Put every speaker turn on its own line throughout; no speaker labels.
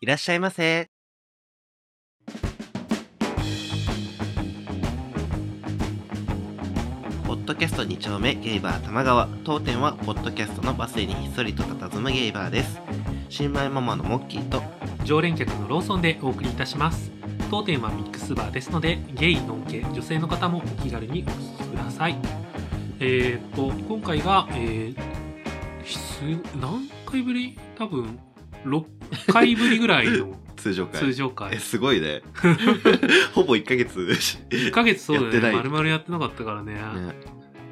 いらっしゃいませ。ポッドキャスト2丁目ゲイバー玉川当店はポッドキャストのバス停にひっそりと佇むゲイバーです新米ママのモッキーと
常連客のローソンでお送りいたします当店はミックスバーですのでゲイノンケ女性の方もお気軽にお聞きくださいえー、っと今回がえー、必何回ぶり多分6回ぶりぐらいの
通常会
通常
え
回
すごい ねほぼ1ヶ月、
1ヶ月そう
やっ
だ
て
よ
な
ね
い
丸々やってなかったからね
ね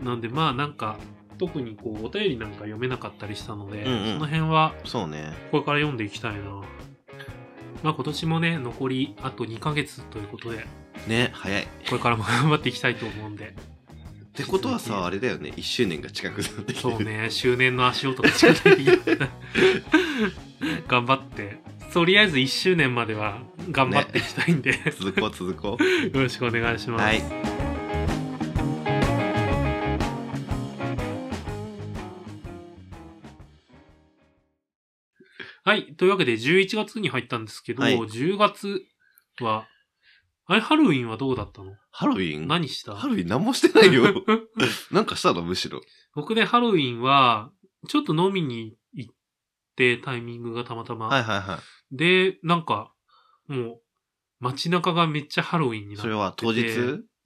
なんでまあなんか特にこうお便りなんか読めなかったりしたので、
うんうん
その辺は
そうね
これから読んでいきたいなまあ今年もね残りあと2ヶ月ということで
ね早いっ
これからも頑張っていきたいと思うんで。
てことはさあ
れ
れだよね1周年が近くなってきてる
そうね、周年の足音が近づいてきた 頑張って、とりあえず1周年までは頑張っていきたいんで、
続こう続こ う
よろしくお願いします。
はい。
はいというわけで11月に入ったんですけど、
はい
10月は、あれ、ハロウィンはどうだったの
ハロウィン
何した
ハロウィン何もしてない よなんかしたのむしろ
僕ね、ハロウィンは、ちょっと飲みに行って、タイミングがたまたま。
はいはいはい
で、なんか、もう、街中がめっちゃハロウィンになって
それは当日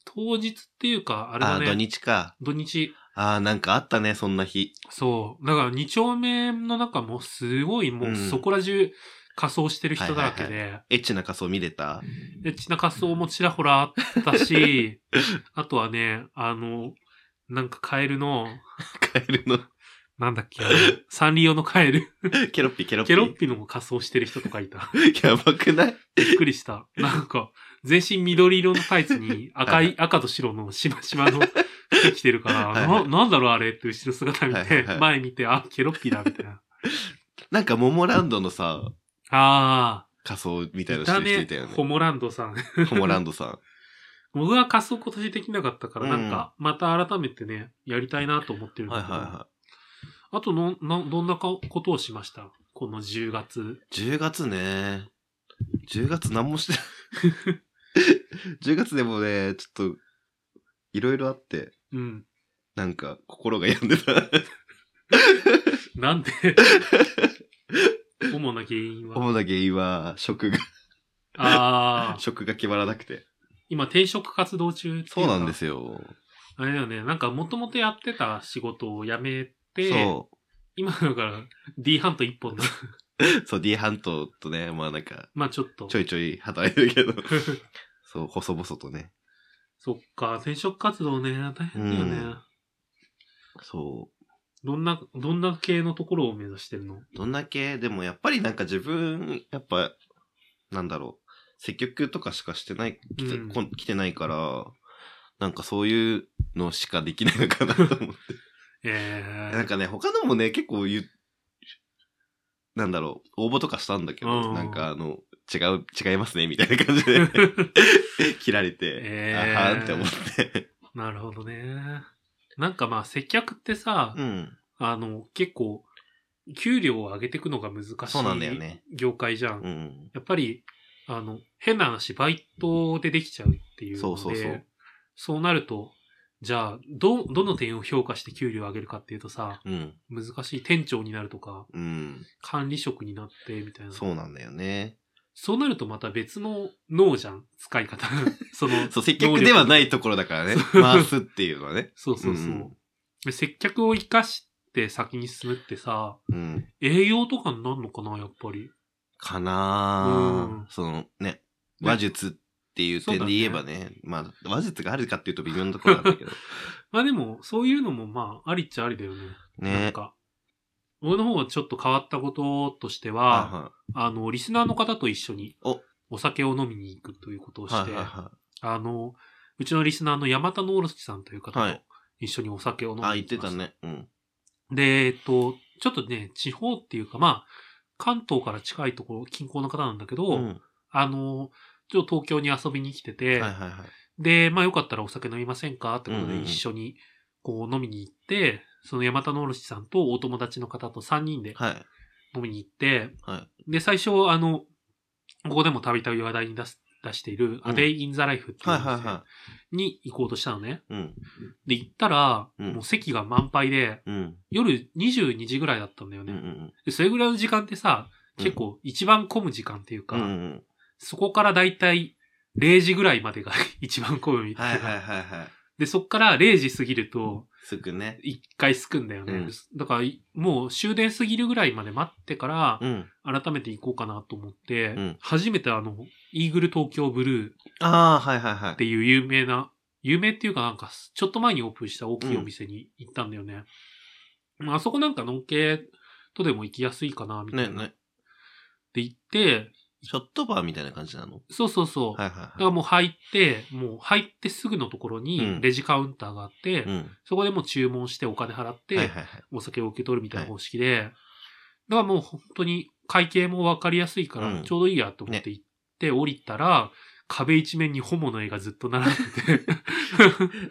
当日っていうか、あれ
あ
だ
あ
ね。
土日か
土日。
ああなんかあったねそんな日
そう。だから2丁目の中もすごいも
う
うんそこら中仮装してる人だらけ
はいは
で、
エッチな仮装見れた
エッチな仮装もちらほらあっ たし、あとはね、あの、なんかカエルの、
カエルの
なんだっけ、あれサンリオのカ エル、
ケロッピケロッピ
ケロッピのも仮装してる人とかいた。
やばくない
びっくりした。なんか、全身緑色のタイツに赤い、赤と白のしましまの服着てるから、
はいはい
な、なんだろうあれって後ろ姿見て、
はいはいはい
前見て、あ、ケロッピだ、みたいな。
なんかモモランドのさ
あ
仮装み
あ、
たい
い
なの
た
して
ね
いたよね、
ホモランドさん。
ホモランドさん
僕は仮装今年できなかったから、
うん
なんか、また改めてね、やりたいなと思ってるんだ
はい
け
は
ど、
いは
あとの、な、どんなかことをしましたこの10月。
い10月ね10月何もして 10月でもねちょっといろいろあって
うん。
なんか心が病んでた
なんで主な原因は。
主な原因は食が
ああ、
食が決まらなくて
今転職活動中ってい
そうなんですすよ
あれだよね。なんか、もともとやってた仕事を辞めて、
そ
今だから D ハント一本の、
う そう D 半島とねまあなんか
まあちょっと。
ちょいちょい働いてるけど そう細々とね
そっか、転職活動ね、大変だよね。
うんそう
どんな、どんな系のところを目指してるの
どんだけ、でもやっぱりなんか自分、やっぱ、なんだろう、積極とかしかしてない、来て,、
うん
こん、来てないから、なんかそういうのしかできないのかなと思って。
え
な
え
んかね、他のもね、結構言う、なんだろう、応募とかしたんだけど、
うん
なんかあの、違う、違いますね、みたいな感じ で切られて、
えー
あはーんって思って。
なるほどね。なんかまあ、接客ってさ、
うん。
あの、結構、給料を上げていくのが難
そうなんだよ
し
ね。
い業界じゃん。
うん。
やっぱり、あの、変な話、バイトでできちゃうっていうので、
そうそうそう
そうなると、じゃあ、ど、どの点を評価して給料を上げるかっていうとさ、
うん。
難しい店長になるとか、
うん。
管理職になって、みたいな。
そうなんだよね。
そうなるとまた別の脳じゃん、使い 方。その、
そう、接客ではないところだから ね。回すっていうのはね。
そうそうそう。
うん
で接客を活かして先に進むってさ、
うん。
栄養とかになるのかな、やっぱり。
かなあ
うん
そのね、
ね
話術っていう
そう
点
だ
で
ね
言えばね、まあ、話術があるかっていうと微妙なところなんだけど。
まあでも、そういうのもまあ、ありっちゃありだよね。 なん
ね。
か、僕の方はちょっと変わったこととして
はい
は、
は
あの、リスナーの方と一緒に
お
お酒を飲みに行くということを
いは
して
い、は
あの、うちのリスナーの山田のおろしさんという方
は
と
い
一緒にお酒を飲み
い。
に行きました。
あ、言ってた。ね。うん。
で、えっと、ちょっとね、地方っていうか、まあ、関東から近いところ、近郊の方なんだけど、
うん
あの、ちょっと東京に遊びに来てて、
はいはいはい。
で、まあよかったらお酒飲みませんかってこと
うんうん
で
うん
一緒にこう飲みに行って、その山田のおろしさんとお友達の方と3人で
はい。
飲みに行って、
は
で、最初、あの、ここでもたびたび話題に出す出している、
うん
アデイ・イン・ザ・ライフっていう
はい
お
はい
店
は
に行こうとしたのね。
い。うん。
で、行ったら、
うん
もう席が満杯で、
うん。
夜22時ぐらいだったんだよ
うんう
ね。
ん
でそれぐらいの時間ってさ、
うん
結構一番混む時間っていう
う
か、
ん。うんうん。
そこからだいたい0時ぐらいまでが 一番混むみた
はいい
な。
はいはいはい。
で、そっから0時過ぎると、
すぐね。
一回すくんだよね。
うん
だから、もう終電過ぎるぐらいまで待ってから
う、ん。
改めて行こうかなと思って、
うん
初めてあの、イーグル東京ブルー
ああ、はいはいは
っ
い。
ていう有名な、有名っていうかなんか、ちょっと前にオープンした大きいお店に行ったんだよね。まああそこなんかのんけとでも行きやすいかな、みたい
ね
な。っ
ね。
て言って、
ショットバーみたいな感じなの
そうそうそう。
はい
だ
はい
か
は
らもう入って、もう入ってすぐのところ
う
に
ん
レジカウンターがあって、
い。うん。
そこでもう注文してお金払っ
はいはい
て、
はい。
お酒を受け取るみたいな方式で、だからもう本当に会計もわかりやすいか
う
ら、
ん
ちょうどいいやと思って行って降りたら、壁一面にホモの絵がずっと並んでて、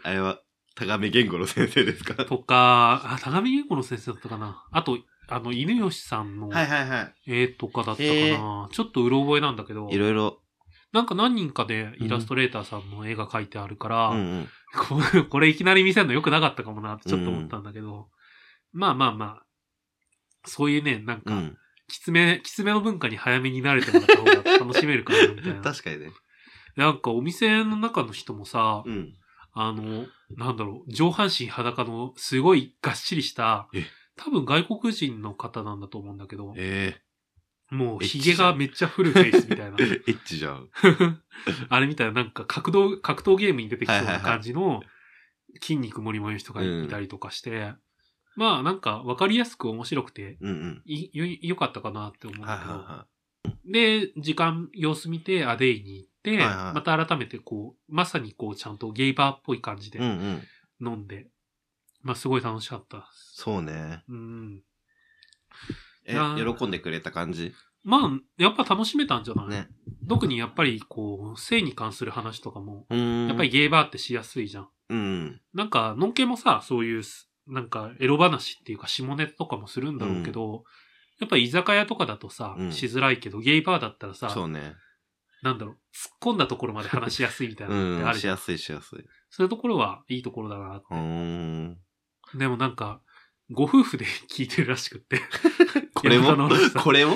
あれは、高め言語の先生ですか
と か、あ、田上優子の先生だったかな。あと、あの、犬吉さんの
はいはいは
絵とかだったかな。
へ
ちょっとうろ覚えなんだけど
い。、いろいろ。
なんか何人かでイラストレーターさんの絵が描いてあるから、
うんうん。
これこれいきなり見せるの良くなかったかもなってちょっと思ったんだけど、まあまあまあ、そういうね、なん
う
か、
ん。
きつめ、きつめの文化に早めに慣れてもらった方が楽しめるかな、みたいな。
確かにね。
なんかお店の中の人もさ、
うん。
あの、なんだろう、上半身裸のすごいがっしりした
え、
多分外国人の方なんだと思うんだけど、
え
もう
エッチ
髭がめっちゃフルフェイスみたいな
え。エッチじゃん。
あれみたいななんか格闘、格闘ゲームに出てきそう
はいは
ない
はい
感じの筋肉もりもりの人がいたりとかして、まあなんかわかりやすく面白くて、
うんうん。
いよ、よかったかなって思うん
はい
だ
はい
けど、
は
で、時間、様子見て、アデイに行って、
いはい
また改めてこう、まさにこう、ちゃんとゲイバーっぽい感じ
い。
で
うんうん。
飲んで、まあ、すごい楽しかった。
そうね。
うん。
え、
な
喜んでくれた感じ
まあ、やっぱ楽しめたんじゃない、
ね。
特にやっぱりこう、性に関する話とかも、
うーん。
やっぱり、ゲイバーってしやすいじゃん。
うん。
なんか、ノンケもさ、そういうす、なんか、エロ話っていうか、下ネタとかもするんだろうけど、やっぱり居酒屋とかだとさ、
うん
しづらいけど、ゲイバーだったらさ、
そうね。
なんだろう、突っ込んだところまで話しやすいみたいな
う
のってあ
ん。
る
し
じゃん。
やすいしやすい。
そういうところはいいところだな。
うーん。
でもなんか、ご夫婦で聞いてるらしくって。
これ も
山田の話さ
これも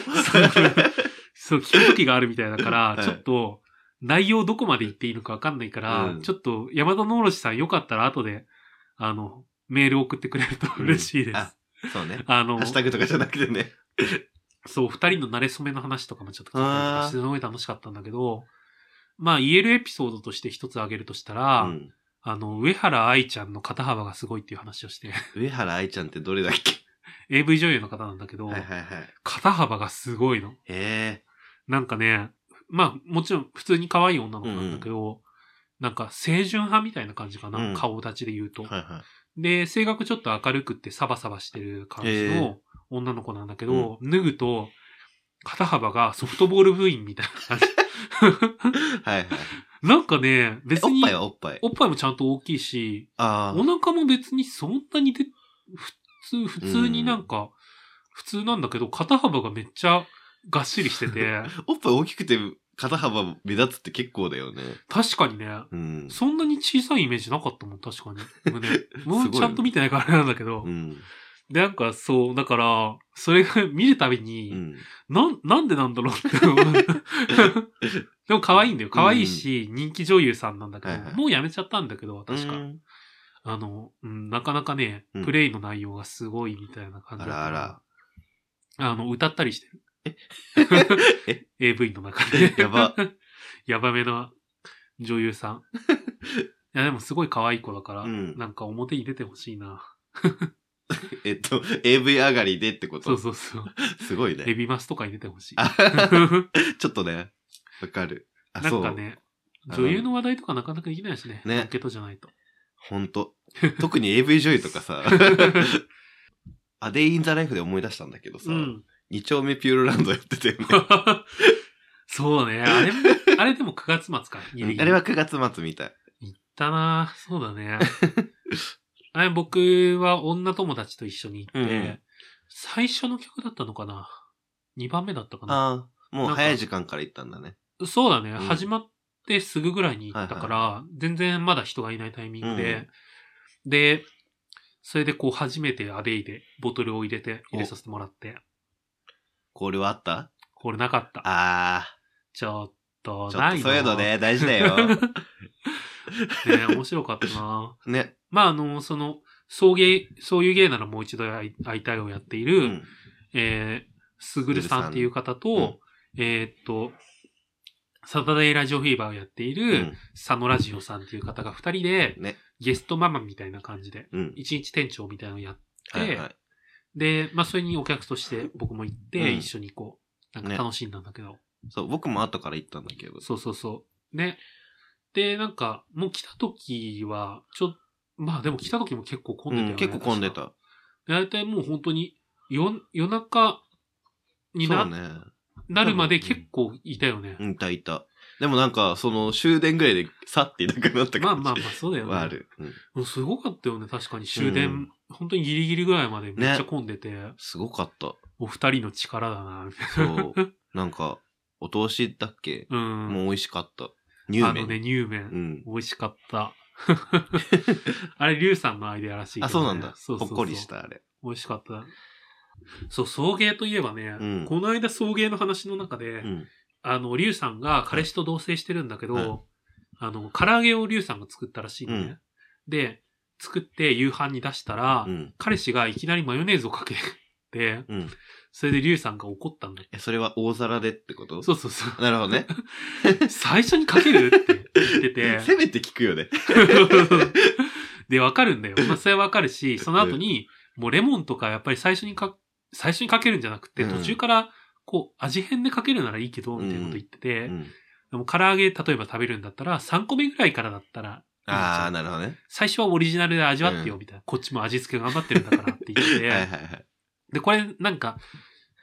そう、聞く時があるみたいだか ら、
はい
ちょっと、内容どこまで言っていいのかわかんないから、
うん
ちょっと、山田のおろしさんよかったら後で、あの、メール送ってくれると
うん
嬉しいです。
あそうね。
あ
ハ
の
ッ、シュタグとかじゃなくてね。
そう、二人の慣れ初めの話とかもちょっと聞いたりと
あ
か
ー
すごい楽しかったんだけど、まあ、言えるエピソードとして一つ挙げるとした
う
ら、
ん。
あの、上原愛ちゃんの肩幅がすごいっていう話をして、
上原愛ちゃんってどれだっけ
AV 女優の方なんだけど、
はいはいはい。
肩幅がすごいの。
へえ。
なんかね、まあもちろん普通に可愛い女の子なんだけど、なんか清純派みたいな感じかな、
うん
顔立ちで言うと、
はいは
で、性格ちょっと明るくってサバサバしてる感じ
へ
の
え
女の子なんだけど、脱ぐと肩幅がソフトボール部員みたいな感じ。
い。はいはい。
なんかね、 別
おっ
に
ぱいはおっぱい。
おっぱいもちゃんと大きいし、
あ
お腹も別にそんなにで、普通、普通になんか、普通なんだけど、肩幅がめっちゃがっしりし てて、
あ。おっぱい大きくて肩幅目立つって結構だよね。
確かにね、
うん。
そんなに小さいイメージなかったもん、確かに。胸。も
すご
う
い
ちゃんと見てないからあれなんだけど。
うん。
で、なんかそう、だから、それが見るたび
う
に、
ん。
なん、なんでなんだろうって思う。 でも可愛いんだよ。可愛いし、人気女優さんなんだけど、
はいはい
もうやめちゃったんだけど、確か。
うん
あの、うん、なかなかね、
うん
プレイの内容がすごいみたいな感じだった
あらあ
あの、歌ったりしてる。
え
AV の中で。
やば。
やばめな女 優さん。いや、でもすごい可愛い子だから、
うん
なんか表に出てほしいな。
えっと、AV 上がりでってこ
そう
と
そうそう。
すごい
エ
ね。
ビマスとかに出てほしい。
あ ちょっとね、わかる。あ、
な
そ
ん
う。
かね、
あの
女優の話題とかなかなかできないしね。
ね
ロケットじゃないと。
ほんと。特に AV 女優とか さ、アデイ・イン・ザ・ライフで思い出したんだけどさ、
うん。
二丁目ピューロランドやってたよね。
そうね。あれも、あれでも9月末か。ギリギリ
あれは9月末みたい。
行ったなぁそうだね。 あれ僕は女友達と一緒に行って、
うん
最初の曲だったのかな ?2 番目だったかな
ああ。もう
なんか
早い時間から行ったんだね。
そうだね、
うん
始まってすぐぐらいに行ったから、全然まだ人がいないタイミングで、で、それでこう初めてアデイでボトルを入れて、
お
入れさせてもらって、
交流はあった
これなかった。
あ
ちょっと
ー、、ちょ
な
っ
い
と
な
そういうのね、大事だ よ。
ね面白かったな。
ね。
まあ、あの、その、送迎、そういう芸ならもう一度会い会いたいをやっていうる、。えー、すぐるさんっていう方と、えーっと、サタデーラジオフィーバーをやっていうる、
ん。
佐野ラジオさんっていう方が二人で、
ね
ゲストママみたいな感じで、
うん。
一日店長みたいなのやって、
はいはい。
で、まあ、それにお客として僕も行って、
うん
一緒にこう、なん
ね
か楽しんだんだけど、
そう、僕も後から行ったんだけど。
そうそうそう。ね。で、なんか、もう来た時は、ちょ、まあでも来た時も結構混んでたよね。
うん結構混んで
確か。
た。
大体もう本当に、夜、夜中に
そ
な,、
うね。
なるまで結構いたよね。
うん、いたいた。でもなんか、その終電ぐらいでさっていなくなった
まあ
感じ
まあまあ、そうだよね。
はある。うん
うんすごかったよね、確かに終
う
電
ん、
本当にギリギリぐらいまでめっちゃ混んでて、
すごかった。
お二人の力だな、みたい
そう。なんか、お通しだっけ
な。うん。
もう美味しかった。乳
あの
麺。
ね、乳
う
麺。
ん。
美味し かった。あれ、リュウさんのアイデアらしいけどね、
あ、そうなんだ。ほ
そうそう
っ
そう
こりし。た、あれ。
美味しかった。そう、送迎といえばね、
うん
この間送迎の話の中で、
うん。
あの、リュウさんが彼氏と同棲してるんだけど、
はい
あの、唐揚げをリュウさんが作ったらしいのね。で、作って夕飯に出したら、
うん。
彼氏がいきなりマヨネーズをかけて、
うん。
それでリュウさんが怒ったんだって。
え、それは大皿でってこと
そうそうそう。
なるほどね。
最初にかけるって言って て。
せめて聞くよね。
で、わかるんだよ。まあ、それはわかるし、その後に、もうレモンとかやっぱり最初にか、最初にかけるんじゃなくて、
うん
途中から、こう、味変でかけるならいいけど、みたいなこと言ってて、
うん。
でも唐揚げ、例えば食べるんだったら、3個目ぐらいからだったら、
ああ、なるほどね。
最初はオリジナルで味わってよ、みたいな。こっちも味付け頑張ってるんだからって言って
は
て、
いはいはい。
で、これなんか、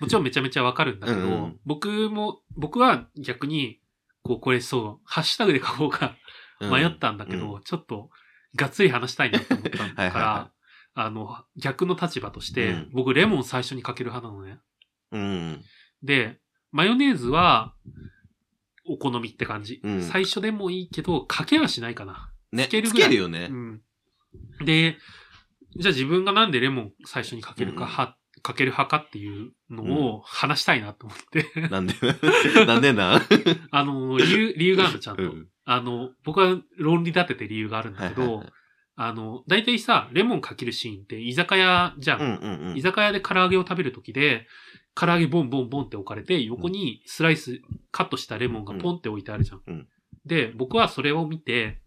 もちろんめちゃめちゃわかるんだけど、
うんうん
僕も、僕は逆に、こう、これそう、ハッシュタグで書こうか
うん
迷ったんだけど、ちょっと、がっつり話したいなと思ったから
はいはいは
あの、逆の立場として、
うん
僕、レモン最初にかける派なのね。
うん。
で、マヨネーズは、お好みって感じ、
うん
最初でもいいけど、かけはしないかな。
ね、
つける
つ
ぐらい
けるよね
う。ん。で、じゃあ自分がなんでレモン最初にかけるか、
うん
は、かける派かっていうのを話したいなと思って。
なんで、 なんでな。
あの、理由、理由があるの、ちゃんと。
うん
あの、僕は論理立てて理由があるん
は
だ
い
け
は
ど、
いはい
あの、大体さ、レモンかけるシーンって居酒屋じゃん。
うんうんうん
居。酒屋で唐揚げを食べるときで、唐揚げボンボンボンって置かれて、横にスライス、カットしたレモンがポンって置いてあるじゃん。
うん
で、僕はそれを見て、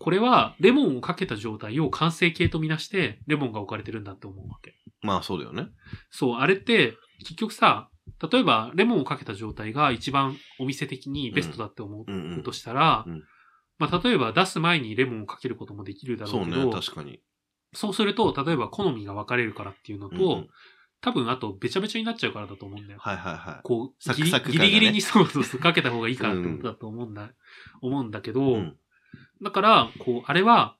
これはレモンをかけた状態を完成形とみなして、レモンが置かれてるんだって思うわけ。
まあそうだよね。
そう、あれって、結局さ、例えばレモンをかけた状態が一番お店的にベストだって思う
うんうん
と。したら、
うん
まあ、例えば出す前にレモンをかけることもできるだろ
そうう
け
ね
ど、、
確かに。
そうすると、例えば好みが分かれるからっていうのと、
うんうん
多分あとべちゃべちゃになっちゃうからだと思うんだよ。
はいはいは
こう
サ
ギ
ク
リ、
サク
ギ
感がね
リギリにそうそうそうかけた方がいいからってことだと思うんだ、思うんだけど、
い。うん
だから、こう、あれは、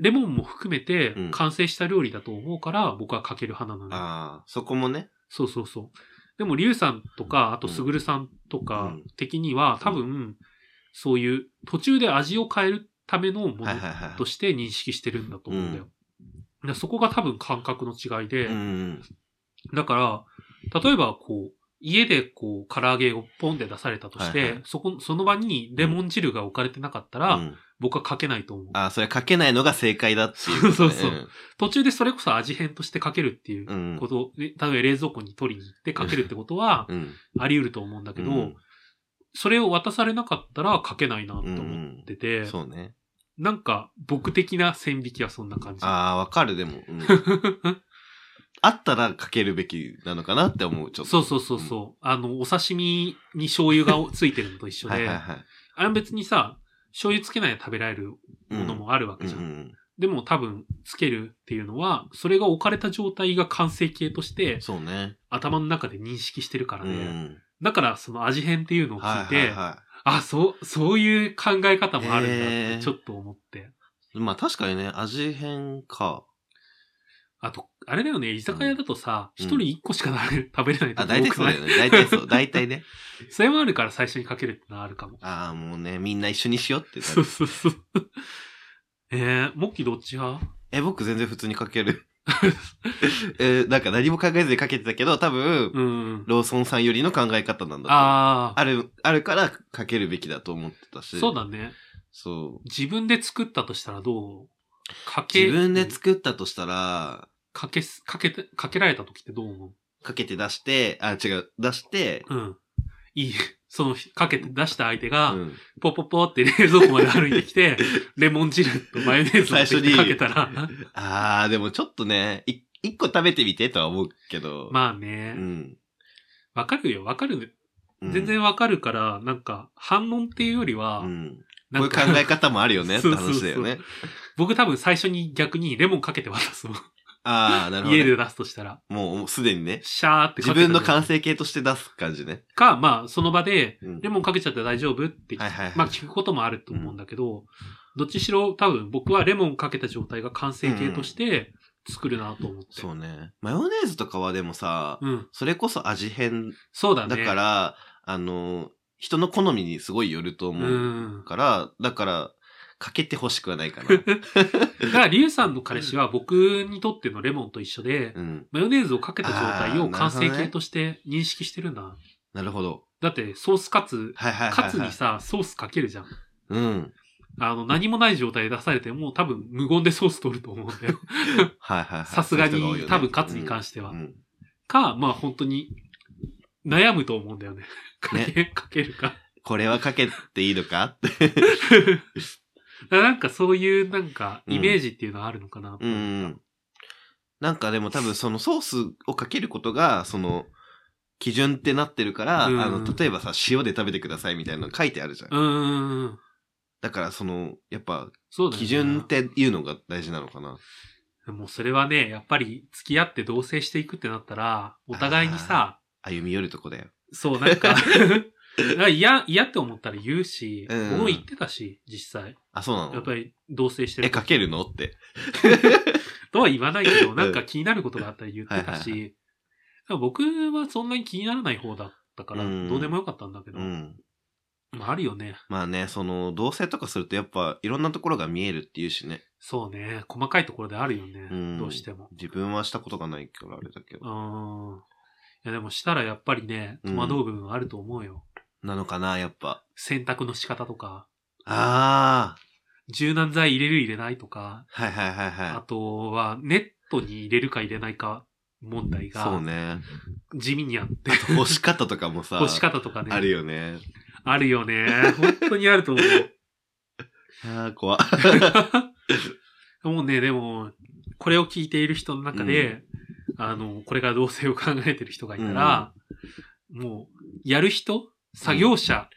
レモンも含めて
うん
完成した料理だと思うから、僕はかける派なのね。
ああ、そこもね。
そうそうそう。でも、リュウさんとか、あと、
うん
スグルさんとか
うん
的には、多分、そういう、途中で味を変えるためのも
は
の
いはいはい。
として認識してるんだと思うんだよ。でそこが多分感覚の違いで、
うんうん。
だから、例えば、こう、家でこう、唐揚げをポンで出されたとして、
はいはい
そこ、その場にレモン汁が置かれてなかったら、
うん
僕はかけないと思う。
ああ、それかけないのが正解だっていうことね。
そうそうそ途中でそれこそ味変としてかけるっていう
うん。うん。
こと、で例えば冷蔵庫に取りに行ってかけるってことは
うん。
あり得ると思うんだけど、
うん
それを渡されなかったらかけないなと思ってて、
そうね。
なんか僕的な線引きはそんな感じ。
ああ、わかる、でも。うん あったらかけるべきなのかなって思う、ちょっと。
そうそうそうそう。あの、お刺身に醤油がついてるのと一緒で、
はいはいはい。
あれは別にさ、醤油つけないで食べられるものもあるわ
う
け
ん
じゃん。
うん
でも多分、つけるっていうのは、それが置かれた状態が完成形とし
う
て
ん。、そうね。
頭の中で認識してるから
う
ね。
ん。
だから、その味変っていうのを聞いて、
はいはいは
あ、そう、そういう考え方もあるんだっ
へー
て、ちょっと思って。
い。まあ確かにね、味変か。
あと、あれだよね、居酒屋だとさ、
うん
一、人一個しかな食べれないと
あ、
か多
大体
く
そう
な
だ
い
よ。ね。大体そう。大体ね。
それもあるから最初にかけるってのはあるかも。
ああ、もうね、みんな一緒にしようって
そ
感
う
じ。
そうそう。えー、モッキーどっち派
え、僕全然普通にかける。 えーなんか何も考えずにかけてたけど、多分、
うん。
ローソンさんよりの考え方なんだと思う
ああ、
ある、あるからかけるべきだと思ってたし。
そうだね。
そう。
自分で作ったとしたらどうかけ、
自分で作ったとしたら、
かけす、かけて、かけられた時ってどう思
かけて出して、あ、違う、出して、
ううん。い い。その、かけて出した相手
う
が、
ん、
ポポポって冷蔵庫まで歩いてき て、レモン汁とマヨネーズを持ってきて
最初に
かけたら、
あー、でもちょっとね、い一個食べてみてとは思うけど。
まあ
あう
ね、
ん。
わかるよ、わかる。
うん
全然わかるから、なんか、反論っていうよりは
う、ん。
な
こうい
ん
う
か
考え方もあるよねって
そうそうそう
話だよね。
僕多分最初に逆にレモンかけて渡すもん。
ああ、なるほど
家
ね、
で出すとしたら、
もうもうすでにね、
シャーってか
自
けたら
分の完成形として出す感じね。
か、まあ、その場で、
うん
レモンかけちゃって大丈夫って聞く、
はいはいはい
まあ聞くこともあると思うんだけど、どっちしろ多分僕はレモンかけた状態が完成形として作るなと思って。
そうね。マヨネーズとかはでもさ、
うん。
それこそ味変
そうだ
だ
ね。
から、あの、人の好みにすごいよると
う。
思うんから、だから、かけてほしくはないかな。
だから、リュウさんの彼氏は僕にとってのレモンと一緒で、
うん。
マヨネーズをかけた状態
あ
を
ー
完成
なるほど
形
ね
として認識してるんだ。
なるほど。
だって、ソースカツ、
はいはいはい、
カ
はい。
ツにさ、ソースかけるじゃん。
うん。
あの、何もない状態で出されても、多分無言でソース取ると思うんだよ。
はいはいはい。
さすが
そう
に、
いう人多いよね
多分カツに関しては。
うんうん
か、まあ本当に、悩むと思うんだよね。かけ、 かけるか。
これはかけていいのかって。
なんかそういう、なんか、イメージっていうのはあるのかなと
う
思った
ん。なんかでも多分そのソースをかけることが、その、基準ってなってるから、
うん
あの、例えばさ、塩で食べてくださいみたいなの書いてあるじゃん。
うーん。
だからその、やっぱ、
そうだよね
基準っ。ていうのが大事なのかな。
もうそれはね、やっぱり付き合って同棲していくってなったら、お互いにさ、
歩み寄るとこだよ。
そう、なん か、なんか嫌、嫌って思ったら言うし、
うん
僕も言ってたし、実際。
あ、そうな
やっ
の
ぱり同棲してる。
え、かけるのって。
とは言わないけ ど、
ん
なんか気になることがあったら言ってた
はい
し、僕はそんなに気にならない方だったから、
うん
どうでもよかったんだけど、
うん。
まああるよね。
まあね、その、同棲とかするとやっぱ、いろんなところが見えるっていうしね。
そうね。細かいところであるよね。
うん
どうしても。
自分はしたことがないからあれだけ
う
ど。
ーん。いやでもしたらやっぱりね、戸惑う部分はあると思うよ。
なのかな、やっぱ。
洗濯の仕方とか、
ああ、
柔軟剤入れる入れないとか、
はいはいはいはい。
あとはネットに入れるか入れないか問題
そう
が
ね。
地味に あって、
干し方とかも さ、
干し方とかね。
あるよね。
あるよね。本当にあると思う。
ああ、怖
もうね、でも、これを聞いている人の中で、あの、これから同棲を考えてる人がいたら、もう、やる人、作業者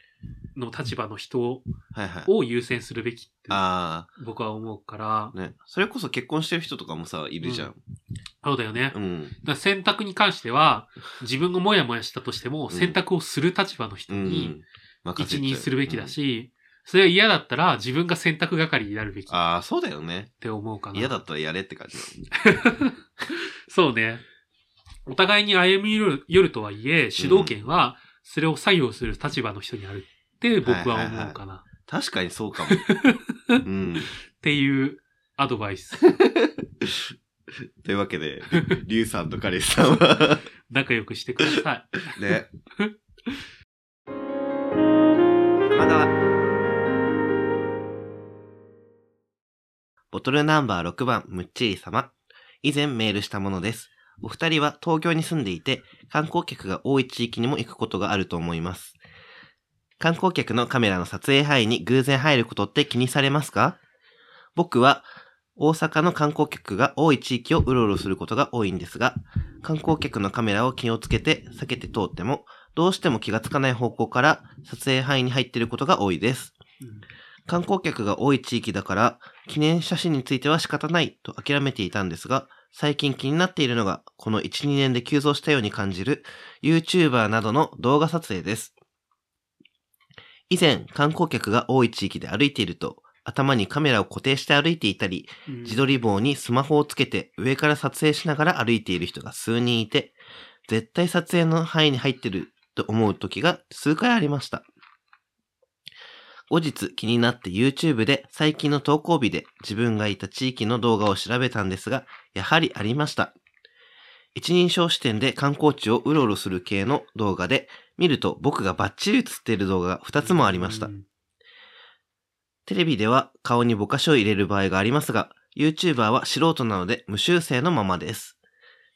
の立場の人
はいはい。
を優先するべきって
あ
僕は思うから
あ、、ね。それこそ結婚してる人とかもさ、いるじゃん。
そうだよ
う
ね。だか
ん。
ら選択に関しては、自分がモヤモヤしたとしても、
ん
選択をする立場の人
うん。
に
任せち
一
ゃう
任するべきだ。し、それが嫌だったら自分が選択係になるべきっ
うんああ、そうだよね。
て思うかな。
嫌だったらやれって感じ
そうね。お互いに歩み寄る寄るとはいえ、主導権は、それを作業する立場の人にあるって僕は思うかな。
確かにそう かも。うん。
っていうアドバイス。
というわけで、リュウさんとカレンさんは、
仲良くしてください。
ね。まだ。ボトルナンバー6番、むっちり様。以前メールしたものです。お二人は東京に住んでいて、観光客が多い地域にも行くことがあると思います。観光客のカメラの撮影範囲に偶然入ることって気にされますか僕は大阪の観光客が多い地域をうろうろすることが多いんですが、観光客のカメラを気をつけて避けて通っても、どうしても気がつかない方向から撮影範囲に入っていることが多いです。
うん
観光客が多い地域だから、記念写真については仕方ないと諦めていたんですが、最近気になっているのが、この1、2年で急増したように感じる、YouTuber などの動画撮影です。以前、観光客が多い地域で歩いていると、頭にカメラを固定して歩いていたり、
うん
自撮り棒にスマホをつけて上から撮影しながら歩いている人が数人いて、絶対撮影の範囲に入ってると思う時が数回ありました。後日気になって YouTube で最近の投稿日で自分がいた地域の動画を調べたんですが、やはりありました。一人称視点で観光地をうろうろする系の動画で、見ると僕がバッチリ映っている動画が2つもありました
う。ん
テレビでは顔にぼかしを入れる場合がありますが、YouTuber は素人なので無修正のままです。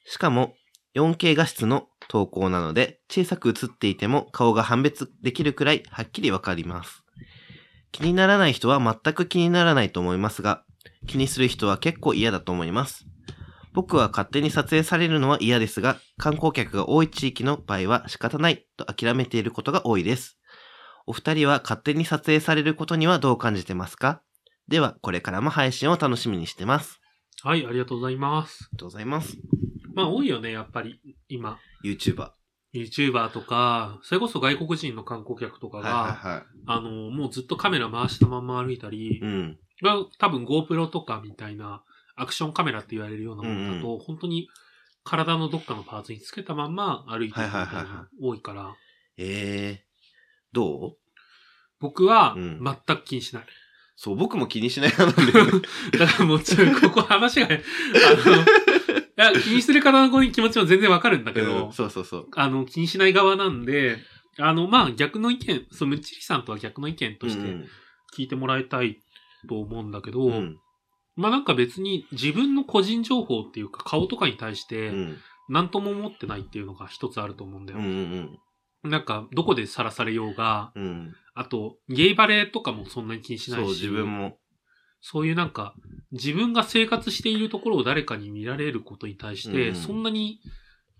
しかも、4K 画質の投稿なので、小さく映っていても顔が判別できるくらいはっきりわかります。気にならない人は全く気にならないと思いますが、気にする人は結構嫌だと思います。僕は勝手に撮影されるのは嫌ですが、観光客が多い地域の場合は仕方ないと諦めていることが多いです。お二人は勝手に撮影されることにはどう感じてますかでは、これからも配信を楽しみにしてます。あ
はい、ありがとうございます。
りがとうございます。
まあ多いよね、やっぱり、今。
YouTuber。
YouTuber とか、それこそ外国人の観光客とか
はい
が、
は
あの、もうずっとカメラ回したまんま歩いたり
いはい。う、ん。
まあ多分 GoPro とかみたいなアクションカメラって言われるようなものだと、本当に体のどっかのパーツにつけたまんま歩いてるみ
は
たい
いはいはいは
なの多いから、
ええどう
僕は
うん
全く気にしない。
そう、僕も気にしない派なんだよ ね。
だからもうちょい、ここ話が、 あの、いや、気にする方のこういう気持ちも全然わかるんだけど、
うんそうそうそう。
あの、気にしない側なんで、あの、まあ、逆の意見、そのむっちりさんとは逆の意見とし
う
て
ん
聞いてもらいたいと思うんだけど、
うん。
まあなんか別に自分の個人情報っていうか顔とかに対し
う
て
ん。
何とも思ってないっていうのが一つあると思うんだ
うん。
よ。
うん。
なんかどこでさらされようが、
うん。
あとゲイバレとかもそんなに気にしない
そ
し、
う、自分も。
そういうなんか自分が生活しているところを誰かに見られることに対し
うん
てそんなに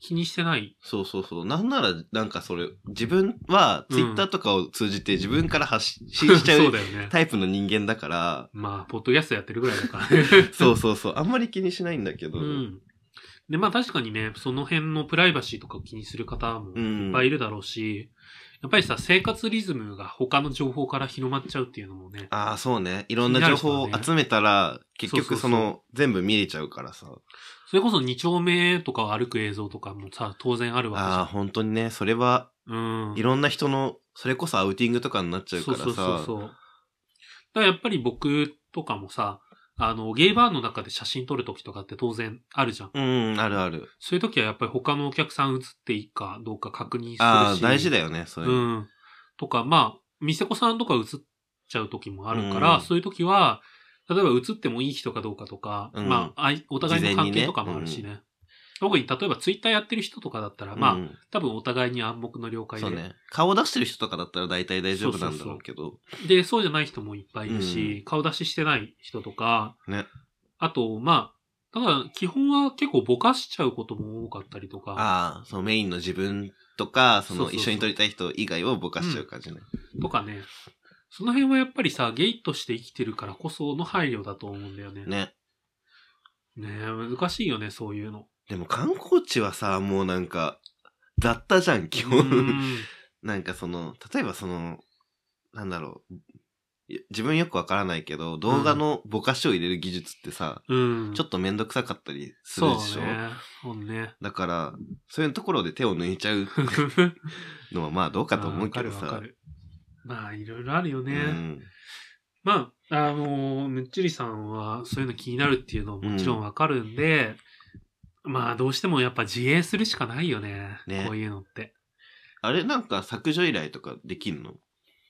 気にしてない。
そうそうそう。なんなら、なんかそれ、自分は、
うん
Twitter とかを通じて自分から発信しちゃ
そう
う
だよね。
タイプの人間だから、
まあ、ポッドキャストやってるぐらいだからね。
そうそうそう。あんまり気にしないんだけど。
うん。で、まあ確かにね、その辺のプライバシーとかを気にする方も
うん
いっぱいいるだろうし、やっぱりさ、生活リズムが他の情報から広まっちゃうっていうのもね、
ああ、そうね。いろんな情報を集めたら、結
そう
局
そ
そう
そう
の、全部見れちゃうからさ。
それこそ2丁目とかを歩く映像とかもさ、当然ある
ああ、
わ
本当にね、それは、
けじゃん。うん。
いろんな人の、それこそアウティングとかになっちゃうからさ。
そうそうそうそう。だからやっぱり僕とかもさ、あの、ゲイバーの中で写真撮るときとかって当然あるじゃん。
うん、あるある。
そういうときはやっぱり他のお客さん写っていいかどうか確認するし。
ああ、大事だよね、それ。
うん。とか、まあ、店子さんとか映っちゃう時もあるから、
うん
そういう時は、例えば映ってもいい人かどうかとか、
うん
まああい、お互いの
事前に
関
ね
係とかもあるしね。特に例えばツイッターやってる人とかだったら、
うん
まあ、多分お互いに暗黙の了解で。
そうね。顔出してる人とかだったら大体大丈夫なんだろうけど。
で、そうじゃない人もいっぱいいるし、顔出ししてない人とか、
ね
あと、まあ、だから基本は結構ぼかしちゃうことも多かったりとか、
ああ、そのメインの自分とか、そ
そう
の
そうそう
一緒に撮りたい人以外をぼかしちゃう感じね。
とかね。その辺はやっぱりさ、ゲイとして生きてるからこその配慮だと思うんだよね。
ね。
ねえ、難しいよね、そういう の。
でも観光地はさ、もうなんか、雑多じゃん、基
う
本。
ん
なんかその、例えばその、なんだろう。い自分よくわからないけど、動画のぼかしを入れる技術ってさ、
うん。
ちょっとめんどくさかったりするでし
そ
ょ、
うね。ほ んね。
だから、そういうところで手を抜いち ゃうのはまあどうかと思うけど
あーわかるわ
さ
か。るまあ、いろいろあるよ
う
ね。
ん。
まあ、あのーむっちりさんはそういうの気になるっていうのももちろんわかるんで、まあ、どうしてもやっぱ自衛するしかないよね。
ね
こういうのって。
あれなんか削除依頼とかできんの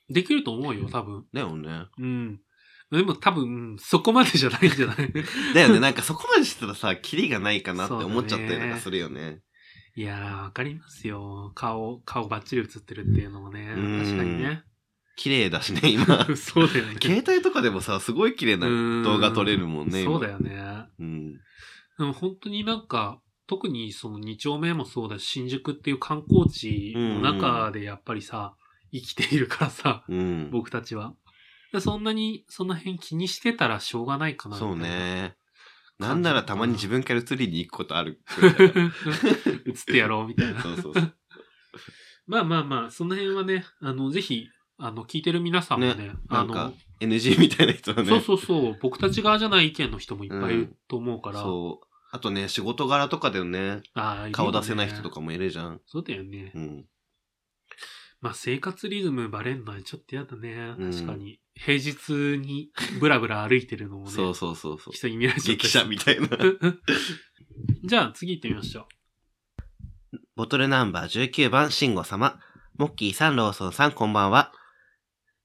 できると思うよ、多分。
だよね。
うん。でも多分、そこまでじゃないんじゃ ない
だよね。なんかそこまでしたらさ、キリがないかなって
そうだね
思っちゃったりなんかするよね。
いやー、わかりますよ。顔、顔ばっちり映ってるっていうのもね。
うん
確かにね。
綺麗だしね、今。
そうだよ ね。
携帯とかでもさ、すごい綺麗な動画撮れるもんね。今
そうだ。よね。
うん。
でも本当になんか、特にその2丁目もそうだし、新宿っていう観光地の中でやっぱりさ、生きているからさ、
うん。
僕たちは。でそんなに、その辺気にしてたらしょうがないかなみたい
そう
な。
ね。
な
なんならたまに自分から釣りに行くことあ るくらいだか
映ってやろうみた
ら。
いな。
そうそうそう。
まあまあまあ、その辺はね、あの、ぜひ、あの、聞いてる皆さんもね、
ねな
あ
んか
の、
NG みたいな人はね。
そうそうそう、僕たち側じゃない意見の人もいっぱいいると思うから、
そう。あとね、仕事柄とかでね、
あー
顔出せない人と。
いるよね
かもいるじゃん。
そうだよね。
うん。
まあ、生活リズムバレんのはちょっとやだね。
うん
確かに。平日にブラブラ歩いてるのも ね、
そうそうそうそう。
人に見られちゃった
激
り
写みたいな。
じゃあ、次行ってみましょう。
ボトルナンバー19番、シンゴ様。モッキーさん、ローソンさん、こんばんは。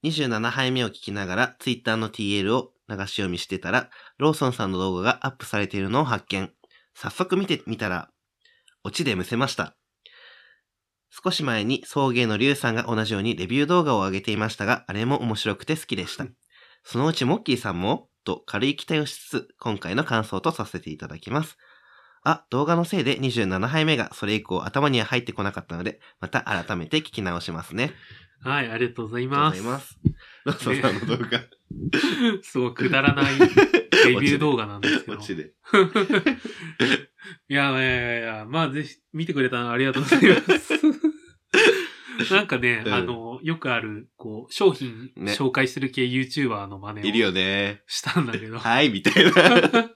27杯目を聞きながら、ツイッターの TL を流し読みしてたら、ローソンさんの動画がアップされているのを発見。早速見てみたら、オチでむせました。少し前に、送迎のリュウさんが同じようにレビュー動画を上げていましたが、あれも面白くて好きでした。そのうちモッキーさんも、と軽い期待をしつつ、今回の感想とさせていただきます。あ、動画のせいで27杯目がそれ以降頭には入ってこなかったので、また改めて聞き直しますね。
はい、ありがとうござい
あ
ま
り
す。
がとうございます。ロッソさんの動 画。
す。ごいくだらないレビュー動画なんですけど
落。ちで。
いやいやいやいや、まあぜひ見てくれたのありがとうござい ます。なんかね、
うん
あの、よくある、こう、商品
ね
紹介する系 YouTuber の真
い
似
る
を
よね。
したんだけど、
はい、みたいな。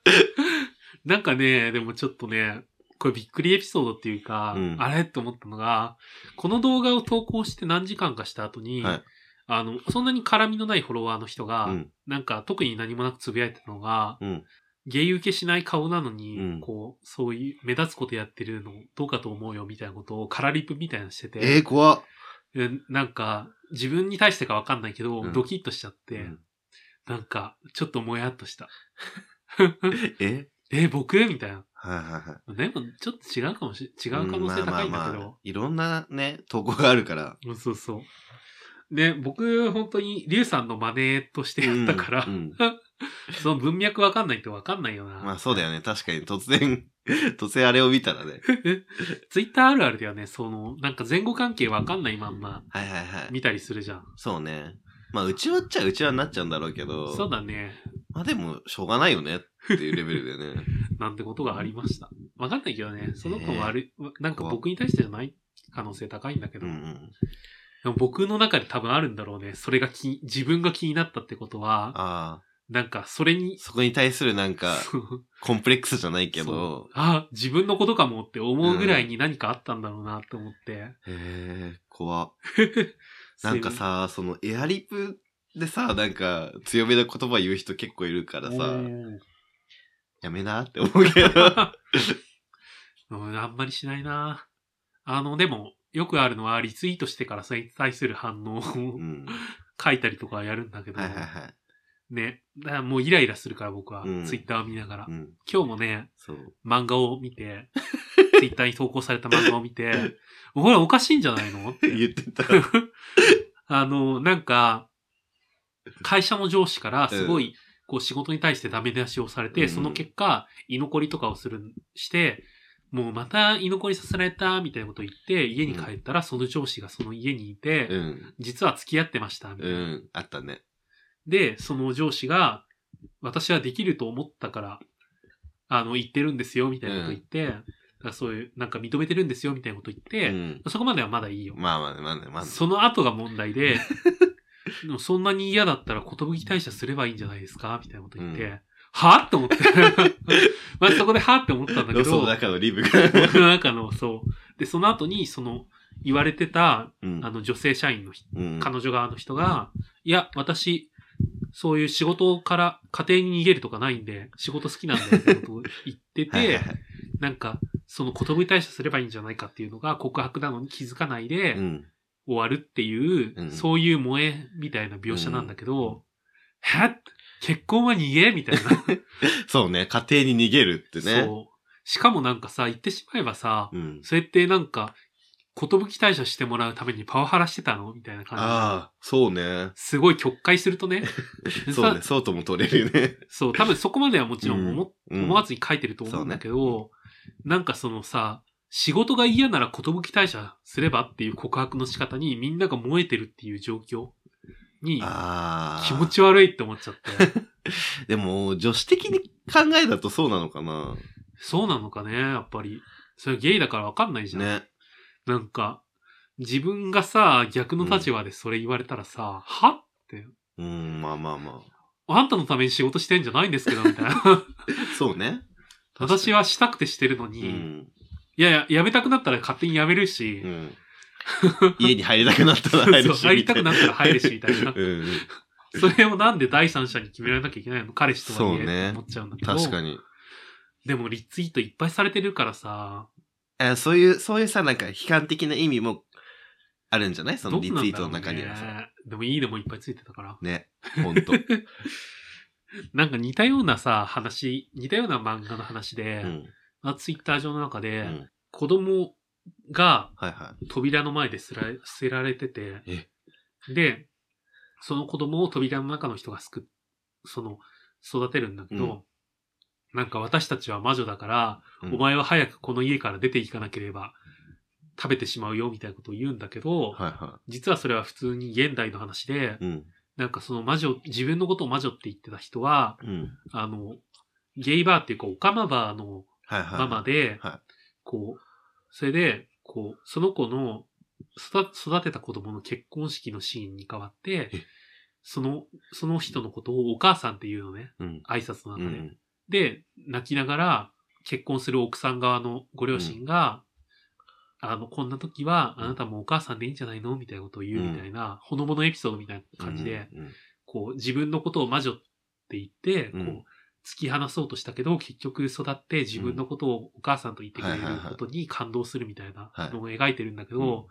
なんかね、でもちょっとね、これびっくりエピソードっていうか、
うん
あれと思ったのが、この動画を投稿して何時間かした後に、
はい
あの、そんなに絡みのないフォロワーの人 が、
うん。
なんか特に何もなくつぶやいてたのが、
うん。
ゲイ受けしない顔なのに、
うん
こう、そういう目立つことやってるのどうかと思うよみたいなことをカラリプみたいなのして
え
て、
ー、怖っ。
でなんか自分に対してかわかんないけど、
うん
ドキッとしちゃって、
うん
なんかちょっともやっとした。
え
え、僕みたいな。
はいはいはい。
でもちょっと違うかもしれ、違う可能性高いんだけど、
いろんなね、投稿がある から。
うんそうそう。ね、僕、本当に、リュウさんの真似としてやったから、
うんうん
その文脈わかんないとわかんないよな。
まあそうだよね。確かに突然、 突然あれを見たらね。
ツイッターあるあるではね、その、なんか前後関係わかんないまんま
はいはいはい。
見たりするじゃん。
そうね。まあ、うちわっちゃうちわになっちゃうんだろうけど。
そうだね。
まあでも、しょうがないよねっていうレベルだよね。
なんてことがありました。わかんないけどね、その子
えー
はある、なんか僕に対してじゃない可能性高いんだけ
う
ど、
んうん。
でも僕の中で多分あるんだろうね。それが気、自分が気になったってことは、
ああ、
なんかそれに、
そこに対するなんか、コンプレックスじゃないけど、
あ、自分のことかもって思うぐらいに何かあったんだろうなって思って。
へえ、怖っなんかさ、そのエアリプでさ、なんか強めな言葉言う人結構いるか
す
ら
いませ
さ、
ん、
やめなって思うけ ど。
おーうんあんまりしないな。あの、でも、よくあるのは、リツイートしてからそれに対する反応
う
を
ん。
書いたりとかやるんだけど、
はいはいはい。
ね。だからもうイライラするから僕は、
うん
ツイッターを見ながら
う。ん。
今日もね、
そう。
漫画を見て、ツイッターに投稿された漫画を見 て、ほら、おかしいんじゃないのって
言ってた。
あの、なんか、会社の上司からすごい、こう仕事に対してダメ出しをされて、
うん
その結果、居残りとかをする、して、もうまた居残りさせられた、みたいなことを言って、家に帰ったら、その上司がその家にいて、
うん。
実は付き合ってました、みたいうな。
ん。あったね。
で、その上司が、私はできると思ったから、あの、言ってるんですよ、みたいなこと言って、だからそういう、なんか認めてるんですよ、みたいなこと言っ
う
て、
ん。
そこまではまだいいよ。
まあまあね、まあね、まあね。
その後が問題で、でもそんなに嫌だったら寿退社すればいいんじゃないですかみたいなこと言って、
う
はぁって 思って。まあそこではぁって思ったん
ロ
だけ
ソの
ど、
中のリブが。
僕の中の、そう。で、その後に、その、言われてた、
うん
あの、女性社員の人、
うん。
彼女側の人が、いや、私、そういう仕事から家庭に逃げるとかないんで、仕事好きなんだよってことを言ってて、
はいはいはい
なんか、その寿退社すればいいんじゃないかっていうのが告白なのに気づかないで、
うん。
終わるっていう、
うん
そういう萌えみたいな描写なんだけど、はっ結婚は逃げみ たいな。
そうね、家庭に逃げるってね。
そう。しかもなんかさ、言ってしまえばさ、
うん。
それってなんか、寿退社してもらうためにパワハラしてたのみたいな感じで。
ああ、そうね。
すごい曲解する とね。
そう
さ
ね、そうとも取れるね。
そう、多分そこまではもちろん思,、
うん
思わずに書いてると思うんだけど、なんかそのさ、仕事が嫌なら寿退社すればっていう告白の仕方にみんなが燃えてるっていう状況に、
ああ。
気持ち悪いって思っちゃって。
でも、女子的に考えだとそうなのかな。
そうなのかね、やっぱり。それゲイだからわかんないじゃん。
ね。
なんか、自分がさ、逆の立場でそれ言われたらさ、はって、
うん、まあまあま
あんたのために仕事してんじゃないんですけど、みたい な。
あ。そうね。
私はしたくてしてるのに、
うん。
いやいや、辞めたくなったら勝手に辞めるし、
うん。家に入りたくなったら入るし。
そう入りたくなったら入るしみたい な
うん。
それをなんで第三者に決められなきゃいけないの彼氏とはいえ、
そうね
って思っちゃうんだけど。
確かに。
でもリツイートいっぱいされてるからさ、
えそういう、そういうさ、なんか悲観的な意味もあるんじゃないその
どう
リ
なん
ツ
だろう
イ
ね
ートの中にはさ。
でもいいねもいっぱいついてたから。
ね。ほん と。
なんか似たようなさ、話、似たような漫画の話で、
うん。
まあ、ツイッター上の中で、
うん
子供が
はいは
扉の前ですら、捨てられてて
え、
で、その子供を扉の中の人が救っ、その、育てるんだけど、なんか私たちは魔女だから、
い。うん
お前は早くこの家から出ていかなければ食べてしまうよみたいなことを言うんだけど、
はいは
実はそれは普通に現代の話で、
い。うん。
なんかその魔女、自分のことを魔女って言ってた人は、
うん。
あの、ゲイバーっていうか、オカマバーの
はいはい。
ママで、
は
こう、それで、こう、その子の育育てた子供の結婚式のシーンに変わって
え、
その、その人のことをお母さんっていうのね、
い。うん。
挨拶の
う
中で。
ん。
で、泣きながら、結婚する奥さん側のご両親が、あの、こんな時は、あなたもお母さんでいいんじゃないのみたいなことを言うみたいな、ほのぼのエピソードみたいな感じで、
うん。
こう、自分のことを魔女って言って、こう
うん、
突き放そうとしたけど、結局育って自分のことをお母さんと言ってくれる
はいはいはい
ことに感動するみたいな
はい
のを描いてるんだけ
う
ど、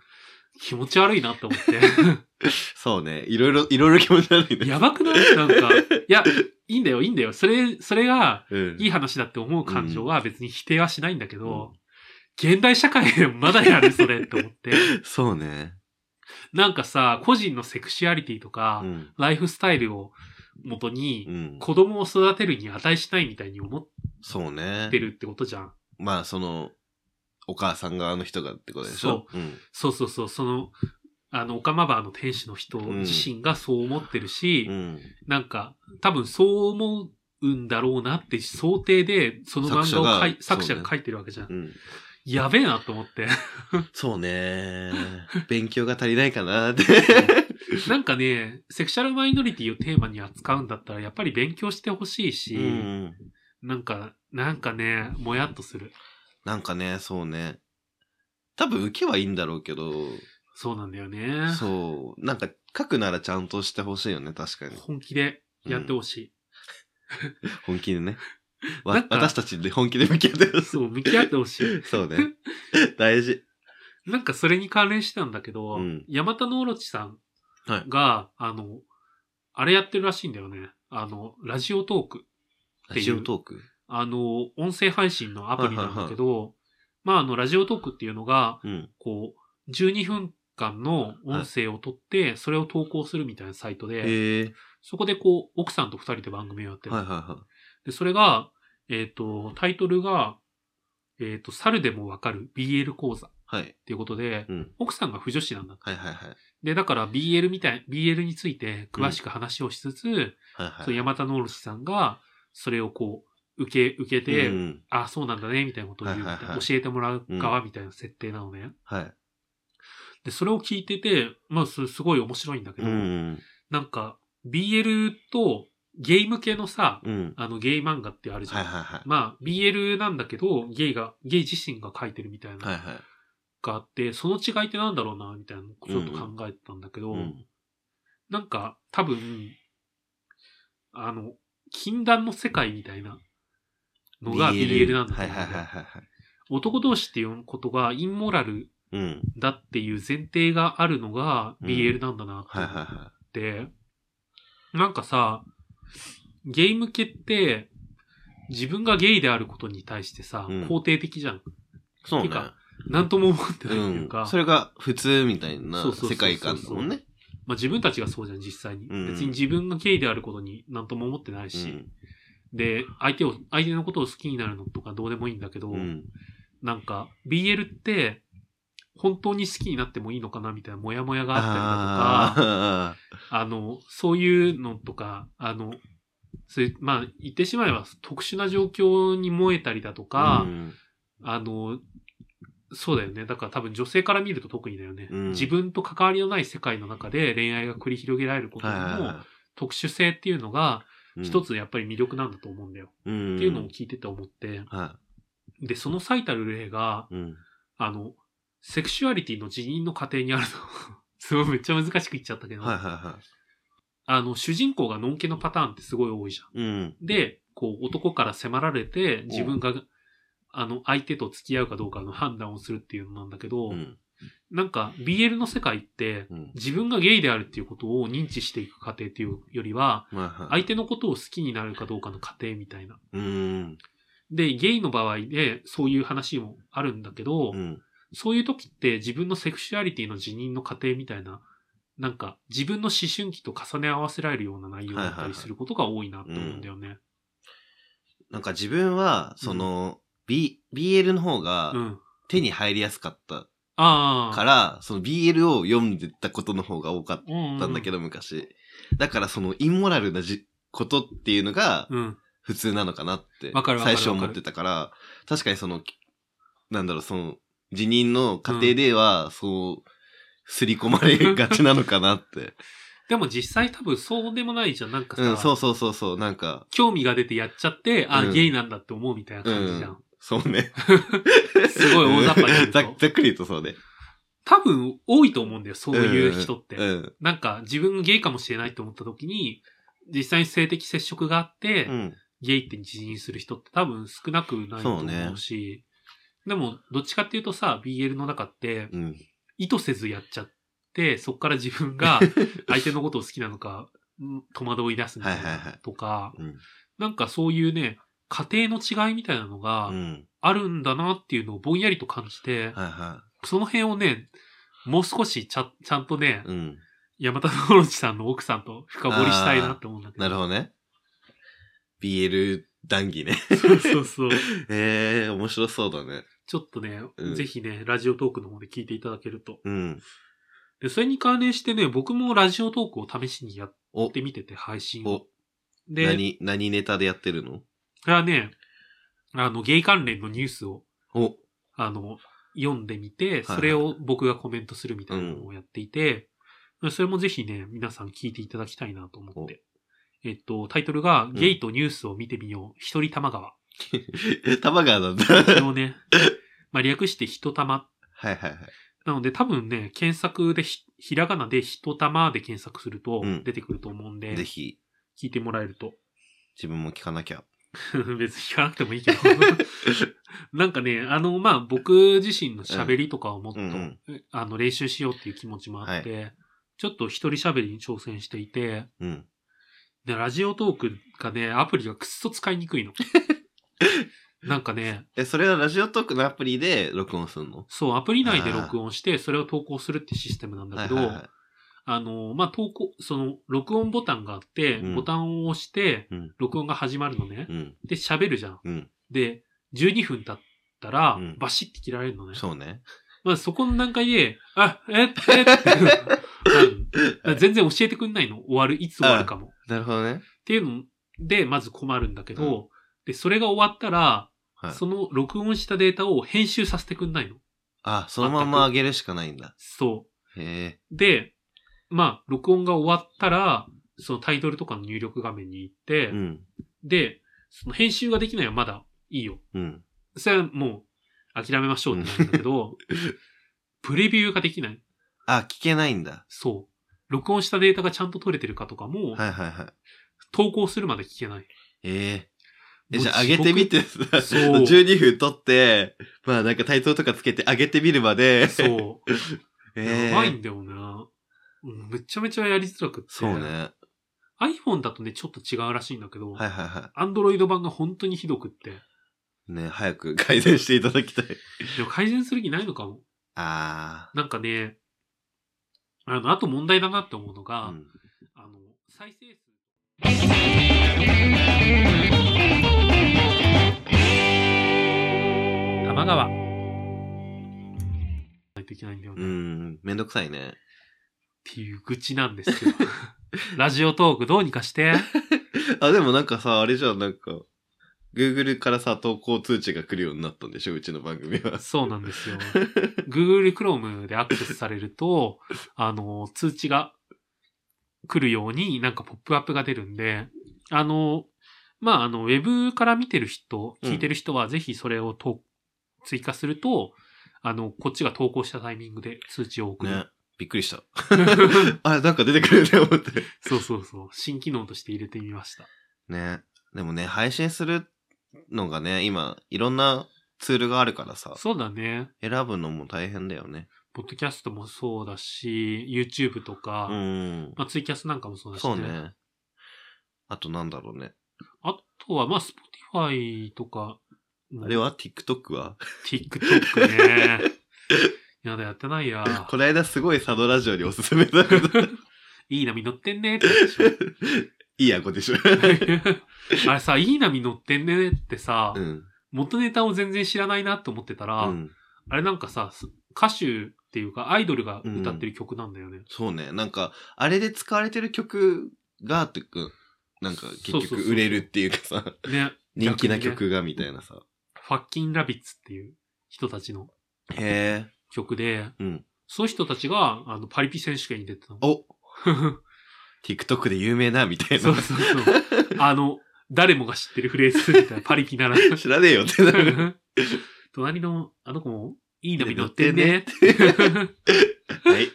気持ち悪いなって思って。
そうね。いろいろ、いろいろ気持ち悪いね。
やばくないなんか、いや、いいんだよ、いいんだよ。それ、それが、
うん。
いい話だって思う感情は別に否定はしないんだけど、現代社会でもまだやる、それって思 って。
そうね。
なんかさ、個人のセクシュアリティとか、
うん。
ライフスタイルを元に、
うん。
子供を育てるに値しないみたいに思っ
そうね
て。るってことじゃん。
まあ、その、お母さん側の人がってことでしょう。ん。
そうそうそう、その、あの、オカマバーの天使の人
うん
自身がそう思ってるし、
うん。
なんか、多分そう思うんだろうなって想定で、その漫画をかい
作
作
者がそうね
者が書いてるわけじゃん。
うん。
やべえなと 思って。
そう ね。勉強が足りないかなって。
なんかね、セクシャルマイノリティをテーマに扱うんだったら、やっぱり勉強してほしいし、
うん。
なんか、なんかね、もやっとする。
なんかね、そうね。多分受けはいいんだろうけど、
そうなんだよね。
そう。なんか書くならちゃんとしてほしいよね、確かに。
本気でやってほしい。
本気で ね。わ
なんか
私たちで本気で向き合ってほし
そう、向き合ってほしい。
い。 そうね。大事。
なんかそれに関連してたんだけど、
うん
ヤマタノオロチさん
はい
が、あの、あれやってるらしいんだよね。あの、ラジオトーク。
ラジオトーク。
あの、音声配信のアプリなんだけど、まあ、あの、ラジオトークっていうのが、
うん。
こう、12分間の音声を取って、それを投稿するみたいなサイトで、
へえ。
そこでこう、奥さんと二人で番組をやってる。
はいはいは
で、それが、えっ、と、タイトルが、えっ、と、猿でもわかる BL 講座っ
い。はい。
ていうことで、
うん。
奥さんが不女子なんだ
はいはいはい。
で、だから BL みたい、BL について詳しく話をしつつ、
はいはい。
そう山田ノールスさんが、それをこう、受け、受けて、
うん、
あ、そうなんだね、みたいなことを言うみたいな、
はいはいはい
教えてもらう側みたいな設定なのね。
はい。
で、それを聞いてて、まあ、それすごい面白いんだけ
う
ど、
ん。
なんか、BL とゲイ向けのさ、
うん。
あの、ゲイ漫画ってあるじゃ
は
ん。
いはいはい。
まあ、BL なんだけど、ゲイが、ゲイ自身が書いてるみたいな
はい
の
はい。
があって、その違いってなんだろうな、みたいなのをちょっと考えてたんだけど、
うん。
なんか、多分、あの、禁断の世界みたいなのが BL なんだと
は
思
いうはい
ん
はい
だよ。
はいはい。
男同士っていうことがインモラル
うん。
だっていう前提があるのが
うん
BL なんだなって
はい
思
はいは
って、なんかさ、ゲイ向けって、自分がゲイであることに対してさ、
うん
肯定的じゃん。
い。そう
て
ね。
かなんとも思って
う
ないっていうんか、。
それが普通みたいな
そうそうそうそう
世界観だもんね。
まあ自分たちがそうじゃん、実際に。
うん
別に自分がゲイであることになんとも思ってないうし、
ん
で、相手を、相手のことを好きになるのとかどうでもいいんだけど、
うん。
なんか、BL って、本当に好きになってもいいのかなみたいなモヤモヤがあったりだと
あ
か、あの、そういうのとか、あの、そういう、まあ、言ってしまえば特殊な状況に燃えたりだと
あ。
か、
うん
あの、そうだよね。だから多分女性から見ると特にだよね。
うん
自分と関わりのない世界の中で恋愛が繰り広げられること
はいはい
の
は
特殊性っていうのが
い。
一つやっぱり魅力なんだと思うんだよ。
て
って
い
いうのを聞いてて思って。
は
で、その最たる例が、
い。うん。
あの、セクシュアリティの辞任の過程にあるの。 すごいめっちゃ難しく言っちゃったけど、
はいはいは
あの、主人公がのんけのパターンってすごい多いじゃん。
い。うん。
で、こう、男から迫られて、自分が、あの、相手と付き合うかどうかの判断をするっていうのなんだけど、
うん。
なんか、BL の世界って、
うん。
自分がゲイであるっていうことを認知していく過程っていうよりは、
まあ、はい。
相手のことを好きになるかどうかの過程みたいな。
うん。
で、ゲイの場合で、そういう話もあるんだけど、
うん。
そういう時って自分のセクシュアリティの辞任の過程みたいな、なんか、自分の思春期と重ね合わせられるような内容だったりすることが多いなって思うんだよね。
なんか自分は、その、B、BL の方が
うん。
手に入りやすかった
ああ。
から、その BL を読んでたことの方が多かっ
った
んだけど、昔。だからそのインモラルなじことっていうのが
うん。
普通なのかなって
わかる、わか
最初
る
思ってたから、確かにその、なんだろう、その、辞任の過程では、そう、すり込まれがちなのかな って。
でも実際多分そうでもないじゃん。なんかさ、
うん、そうそうそうそう、なんか、
興味が出てやっちゃって、あ、
うん
ゲイなんだって思うみたいな感じじゃん。
そうね。
すごい大雑把に言う と
ざっざっくり言うとそうね。
多分多いと思うんだよ、そういう人って。
うん。
なんか自分ゲイかもしれないと思った時に、実際に性的接触があって、
うん。
ゲイって辞任する人って多分少なくないと思うし、でもどっちかっていうとさ、BL の中って
うん。
意図せずやっちゃって、そこから自分 が相手のことを好きなのか、うん戸惑い出すみたい
はいはいは
ないとか、
うん。
なんかそういうね、家庭の違いみたいなの
う
が
ん。
あるんだなっていうのをぼんやりと感じて、
はいは
その辺をね、もう少しちゃ、ちゃんとね
い。、うん。
山田のおろちさんの奥さんと深掘りしたいなって思うんだけど。
なるほどね。BL 談義ね。
そう そうそう。
ええー、面白そうだね。
ちょっとね、
うん
ぜひね、ラジオトークの方で聞いていただけると。
うん。
で、それに関連してね、僕もラジオトークを試しにやっ
お
て、みてて、配信を。
お、
で、
何、何ネタでやってるの
これはね、あの、ゲイ関連のニュースを、
お、
あの、読んでみて、
はい
それを僕がコメントするみたいなのをやっていて、それもぜひね、皆さん聞いていただきたいなと思って。えっと、タイトルが、
ん
ゲイとニュースを見てみよう、一人玉 川。
玉川 なんだ。
これをね、まあ、略して人玉。
はいはいはい。
なので多分ね、検索でひ、ひらがなで人玉で検索すると
うん
出てくると思うんで、
ぜひ、
聞いてもらえると。
自分も聞かなきゃ。
別に聞かなくてもいいけど。 なんかね、あの、まあ、僕自身の喋りとかをもっと、
うんうん
あの、練習しようっていう気持ちもあって、ちょっと一人喋りに挑戦していて、
うん。
で、ラジオトークがね、アプリがくっそ使いに くいの。なんかね、
え、それはラジオトークのアプリで録音するの
そう、アプリ内で録音して、それを投稿するってシステムなんだけど、
はいはいはい。
あの、まあ、投稿、その、録音ボタンがあって、
うん
ボタンを押して
うん、
録音が始まるのね。
うん。
で、喋るじゃん。
うん。
で、12分経ったら、
うん
バシッて切られるのね。
そうね。
まあ、そこの段階で、あ、え、え、 って、うん
はい
全然教えてくんないの。終わる、いつ終わるかも。っ
なるほどね。
ていうので、まず困るんだけど、で、それが終わったら、
はい。
その録音したデータを編集させてくんないの。
あ、そのまんま上げるしかないんだ。
そう。
へえ。
で、まあ、録音が終わったら、そのタイトルとかの入力画面に行って、
うん。
で、その編集ができないはまだいいよ。
うん。
それはもう諦めましょうってなるんだけ ど、プレビューができない。
あ、聞けないんだ。
そう。録音したデータがちゃんと取れてるかとかも、
はいはいはい。
投稿するまで聞けない。
ええ。え、
もう
じゃあ上げてみてさ、
そう
12分撮って、まあなんかタイトルとかつけて上げてみるまで。
地
う。
獄。そう。
ええ
やばいんだよな。うんめちゃめちゃやりづらくって。
そう。ね。
iPhone だとね、ちょっと違うらしいんだけど、
はいはいは
Android 版が本当にひどくって。
い。ね、早く改善していただきたい。
でも改善する気ないのかも。
あ
なんかね、あの、あと問題だなって思うの
あ。
が、
うん
あの、再生数。玉川。ないといけないんだよ
う
ね。っ
ん、めんどくさいね。
ていう愚痴なんですけど。ラジオトークどうにかして。
あ、でもなんかさ、あれじゃん、なんか、 Google からさ、投稿通知が来るようになったんでしょうちの番組は。
そうなんですよ。Google Chrome でアクセスされると、あの、通知が来るようになんかポップアップが出るんで、あの、まあ、あの、ウェブから見てる人、
うん
聞いてる人はぜひそれをと追加すると、あの、こっちが投稿したタイミングで通知を送る。
ね。びっくりした。 あ、なんか出てくるね、思って。
そうそうそう。新機能として入れてみました。
ね。でもね、配信するのがね、今、いろんなツールがあるからさ、
そうだね。
選ぶのも大変だよね。
ポッドキャストもそうだし、YouTube とか、
うん。
まあ、ツイキャスなんかもそうだし
そうね。あとなんだろうね。
あとは、まあ、Spotify とか、
あれは ?TikTok は
TikTok ね。やだ、やってないや。
この間すごい佐渡ラジオにおすすめされた。
いい波乗ってんねって言って
いいやこでしょ。
しまうあれさ、いい波乗ってんねってさ、
うん。
元ネタを全然知らないなって思ってたら、
うん。
あれなんかさ、す歌手っていうかアイドルが歌ってる曲なんだよね。
そうね。なんか、あれで使われてる曲が、ってく、なんか
そう
結
そう
局
そう
売れるっていうかさ、
ね、
人気な曲がみたいなさ。
ファッキンラビッツっていう人たちの
へ
曲で、
え。うん。
そういう人たちが、あの、パリピ選手権に出てたの。
お TikTok で有名だ、みたい
そ
な
う。そうそう。あの、誰もが知ってるフレーズみたいな、パリピなら。
知らねえよってなる。
隣のあの子も、いい波乗ってんね。
はい。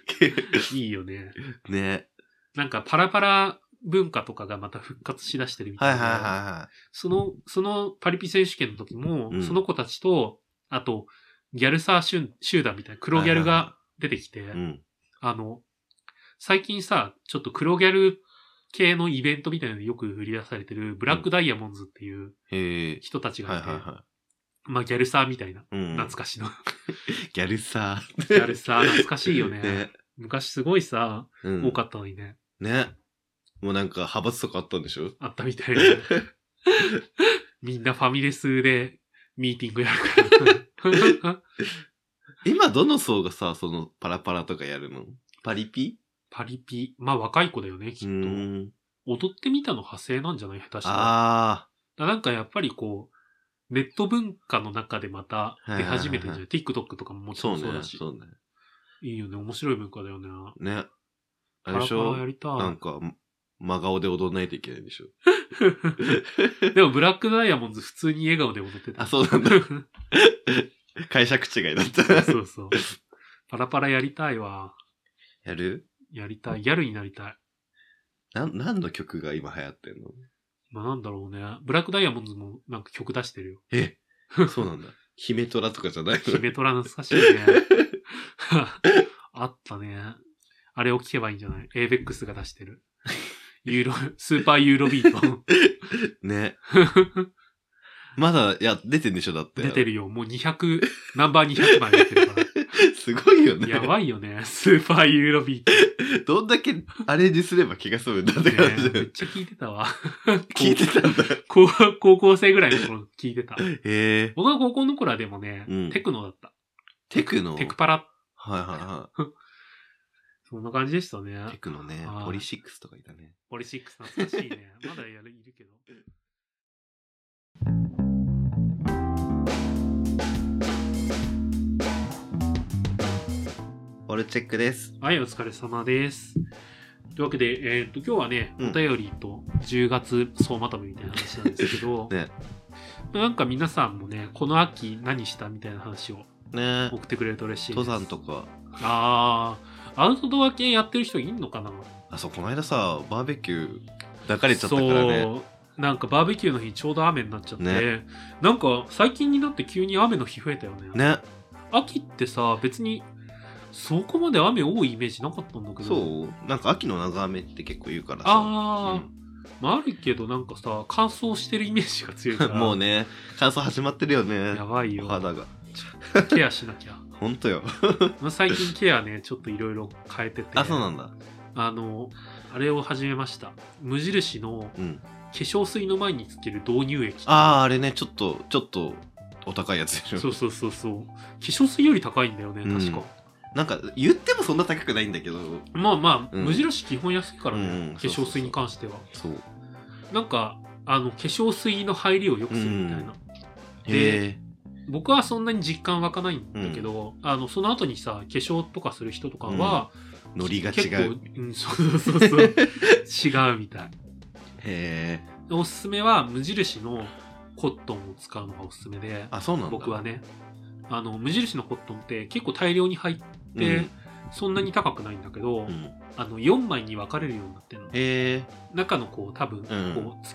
いいよね。
ね
なんかパラパラ文化とかがまた復活しだしてるみた
はいい
な
はい。は
その、そのパリピ選手権の時も、
うん
その子たちと、あと、ギャルサー集集団みたいな黒ギャルが出てきて、
い。うん。
あの、最近さ、ちょっと黒ギャル系のイベントみたいなのでよく売り出されてる、ブラックダイヤモンズっていう
へえ。
人たちが
はい
いて、
はいは
まあギャルサーみたいな、
い。うん。
懐かしの。
ギャルさ。
ギャルサー懐かしいよ ね。
ね。
昔すごいさ、
うん
多かったのにね、
ね。もうなんか派閥とかあったんでしょ
あったみたいな。 みんなファミレスでミーティングやる から。
今どの層がさ、そのパラパラとかやるのパリピ
パリピ。まあ若い子だよね、き
う
っと。
ん。
踊ってみたの派生なんじゃない下手したら。
あ
だなんかやっぱりこう、ネット文化の中でまた出始めてるんじゃない ?TikTok とかもも
あ、
ちろ
そう
んそう
ね。
だし。
そうね。
いいよね。面白い文化だよね。
ね。あ
パ
れ
ラ
でし
パ
ょ
ラやりたい。
なんか、真顔で踊んないといけないんでしょ
でもブラックダイヤモンズ普通に笑顔で踊ってた。
あそうなんだ解釈違いだった。
そうそう。パラパラやりたいわ。
やる
やりたい。ギャルになりたい。
なん、何の曲が今流行ってんの
まあなんだろうね。ブラックダイヤモンズもなんか曲出し てるよ。
えそうなんだ。姫虎とかじゃないの
姫虎懐かしいね。 あったね。あれを聞けばいいんじゃない ?ABEX が出してる。ユ ーロ、スーパーユーロビート。
ね。まだ、いや、出てんでしょだって。
出てるよ。もう200、ナンバー200枚出てるか
すごいよ
ら。
ね。
やばいよね。スーパーユーロビート。
どんだけアレンジすれば気が済むんだって感じ
ね
だ
め
よ
っちゃ聞いてたわ。
聞いてたんだ。
高高校生ぐらいの頃聞いてた。
へえ。
僕が高校の頃はでもね、
うん
テクノだった。
テクノ
テクパラ。
はいは
そんな感じでしたね。
いはい。テクノね
はい。
ポリシックスとかいたね。
ポリシックス懐かしいね。 まだやる、いるけど。
オルチェックです。
はい、お疲れ様です。というわけで、えーっと、今日はね、
うん
お便りと10月総まとめみたいな話なんですけど、
ね
なんか皆さんもね、この秋何したみたいな話を
ね
送ってくれると嬉しいです。
登山とか。
あー、アウトドア系やってる人いんのかな
あ、そう、この間さ、バーベキュー抱かれちゃったからね。
そう。なんかバーベキューの日ちょうど雨になっちゃって、
ね
なんか最近になって急に雨の日増えたよね。
ね。
秋ってさ、別にそこまで雨多いイメージなかったんだけど。
そう。なんか秋の長雨って結構言うからさ。
あー、まああるけどなんかさ乾燥してるイメージが強いか
う
ら
ん もうね、乾燥始まってるよね
や。ばい
お
よ
肌が。
ケアしなきゃ
ほんとよ。
まあ最近ケアねちょっといろいろ変えてて
あ、そうなんだ。
あのあれを始めました無印の
うん。
化粧水の前につける導入液
ああ、あれね、ちょっと、ちょっと、お高いやつでし
そ
ょ。
うそうそうそう化粧水より高いんだよね確か、
なんか、言ってもそんな高くないんだけど。
まあまあ、
うん
無印基本安いからね、
うんうん
化粧水に関しては
そう。
なんかあの化粧水の入りを良くするみたいな、
へえ。
僕はそんなに実感湧かないんだけど、あのその後にさ化粧とかする人とかは、
ノリが違
結構
う。、
うん、そうそうそうそう違うみたい
へえ。
おすすめは無印のコットンを使うのがおすすめで
あ、そうなんだ。
僕はねあの無印のコットンって結構大量に入っ
うん。
て、そんなに高くないんだけど、
うん
あの4枚に分かれるようになってるの
へえ。
中のこう多分
ん
こう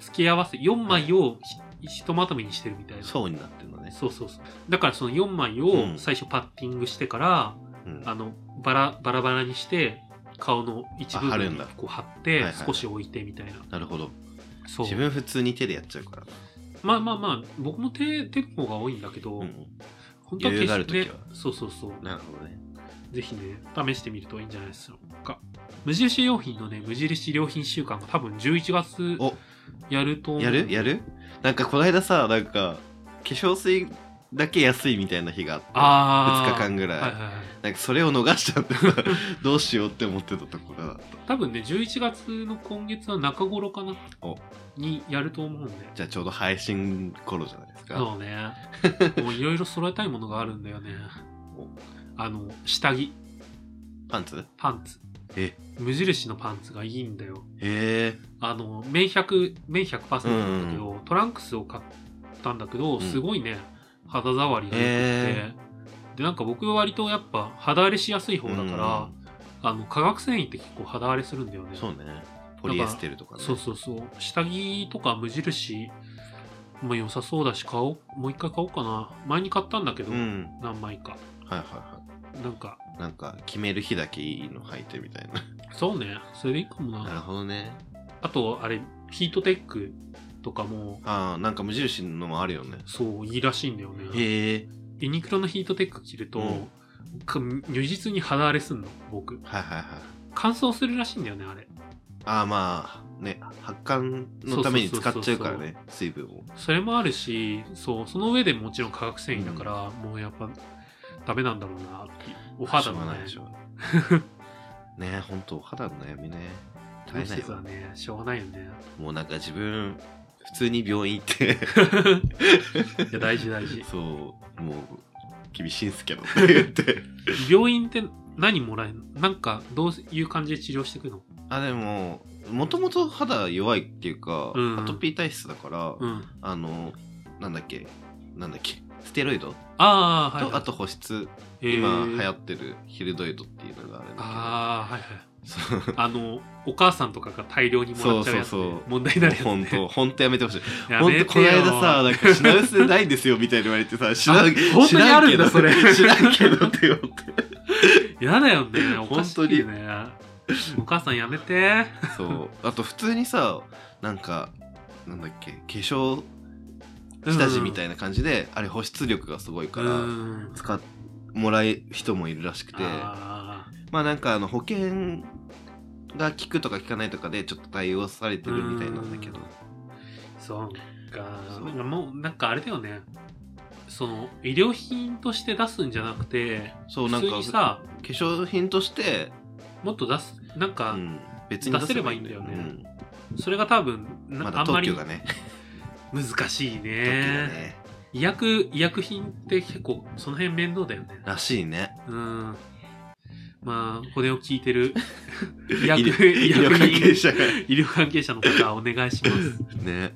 つ、付け合わせ4枚をひひとまとめにしてるみたいな
層になってるのね。
そうそうそうだからその4枚
う
を
ん
最初パッティングしてから、
うん
あのバラバラバラにして顔の一部
あ貼る
分
ん
に
だ
こう貼っ
はい
て
はい
少し置いてみたいな、
なるほど。
そう
自分普通に手でやっちゃうから。
まあまあまあ僕も手手の方が多いんだけど、
うん。
本当は
余裕がある
決して
時は
そうそうそう
なるほどね。
ぜひね試してみるといいんじゃないですか無印良品のね無印良品週間が多分11月
お
やると思う
やるやるなんかこの間さ、なんか、化粧水だけ安いみたいな日があって。
ああ
2日間ぐらい
はいはいはい
なんかそれを逃しちゃって さどうしようって思ってたところだった。
多分ね11月の今月の中頃かな
お
にやると思うんで
じゃあちょうど配信頃じゃないですか。
そうねもういろいろ揃えたいものがあるん だよね
お
あの下着
パンツへ
パンツ
え
無印のパンツがいいんだよ
え。
あの綿100綿100%なんだけど、トランクスを買ったんだけど、
ん
すごいね肌触りが良くて、
へ
でなんか僕割とやっぱ肌荒れしやすい方だから、
うん
あの化学繊維って結構肌荒れするんだよね
そうね。ポリエステルとかね。
そうそうそう下着とか無印も良さそうだし買おうもう一回買おうかな前に買ったんだけど、
うん。
何枚か
はいはいは
なんか
い。なんか決める日だけいいの履いてみたいな。
そうねそれでいいかも な
なるほどね。
あとあれヒートテックとかも
ああ、なんか無印のもあるよね。
そういいらしいんだよね
へえ。
ユニクロのヒートテック着ると、か如実に肌荒れすんの僕
はいはいはい。
乾燥するらしいんだよねあれ
ああまあ、ね、発汗のために使っちゃうからね、水分を。
それもあるしそうその上でもちろん化学繊維だから、もうやっぱダメなんだろうなっていうお肌
しょ
の
うがない
ね
でしょ。ねえ、ほんとお肌の悩みね。大
大
変だ
切は
よ。
ねしょうがないよね
もうなんか自分、普通に病院行 って、
いや大事大事
そう、もう、厳しいんすけどって言 って。
病院って何もらえるのなんかどういう感じで治療していくの
あ、でも、もともと肌弱いっていうか、
うん
アトピー体質だから、
うん
あの、なんだっけ、なんだっけ、ステロイド、
ああはい、
と、
は
あ
い、
と保湿、
へー
今流行ってるヒルドイドっていうのがあるんだけど。
ああはいはい
そう
あのお母さんとかが大量にもらっちゃうや
そう
つ、ね、
そうそう
問題になるやつ、ね、
本当本当やめてほしい。
や
本
め
当
て
この
よ
間さ、なんか品薄でないんですよみたいに言われてさ、知らん、
本
知
当に
ら
あ
ん
る
け
んだ
ど、
それ
知らんけどって言って。
やだよねおかしいよ
本
ねお母さんやめて
そう。あと普通にさ、なんか、なんだっけ、化粧下地みた
い
いな感じで、あれ保湿力がすごいか
う
ら、
ん
使っもらえ人もいるらしくて、
あ
まあなんかあの保険が効くとか効かないとかでちょっと対応されてるみたいなんだけど、
ーそうか
そう
なんかもうなんかあれだよねその医療品として出すんじゃなくて
そうな
普
ん
通
か
にさ
化粧品として、
もっと出すなん
う
か、
ん、別にせ
出せればいいんだよそれが多分
うん
な
ま
あ
だ
んま
特
り
許がね、
難しいね
特許がね。
医薬医薬品って結構その辺面倒だよね
らしいね。
うんまあこれを聞いてる医
医
薬
療
医
医療
薬
関係
品
者 が。
医療関係者の方お願い します。
ね。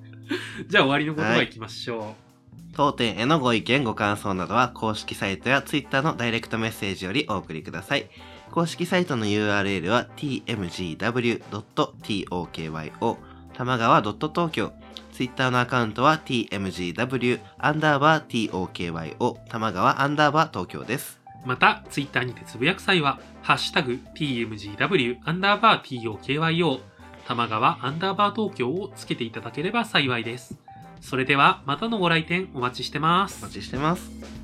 じゃあ終わりの言葉いきましょう。
当店へのご意見、ご感想などは公式サイトや Twitter のダイレクトメッセージよりお送りください。公式サイトの URL は tmgw.tokyo 玉川 .tokyo Twitter のアカウントは tmgw アンダーバー tokyo 玉川アンダーバー東京です。
また、ツイッターにてつぶやく際は、ハッシュタグ、tmgw アンダーバー tokyo、玉川アンダーバー東京をつけていただければ幸いです。それでは、またのご来店お待ちしてます
お。待ちしてます。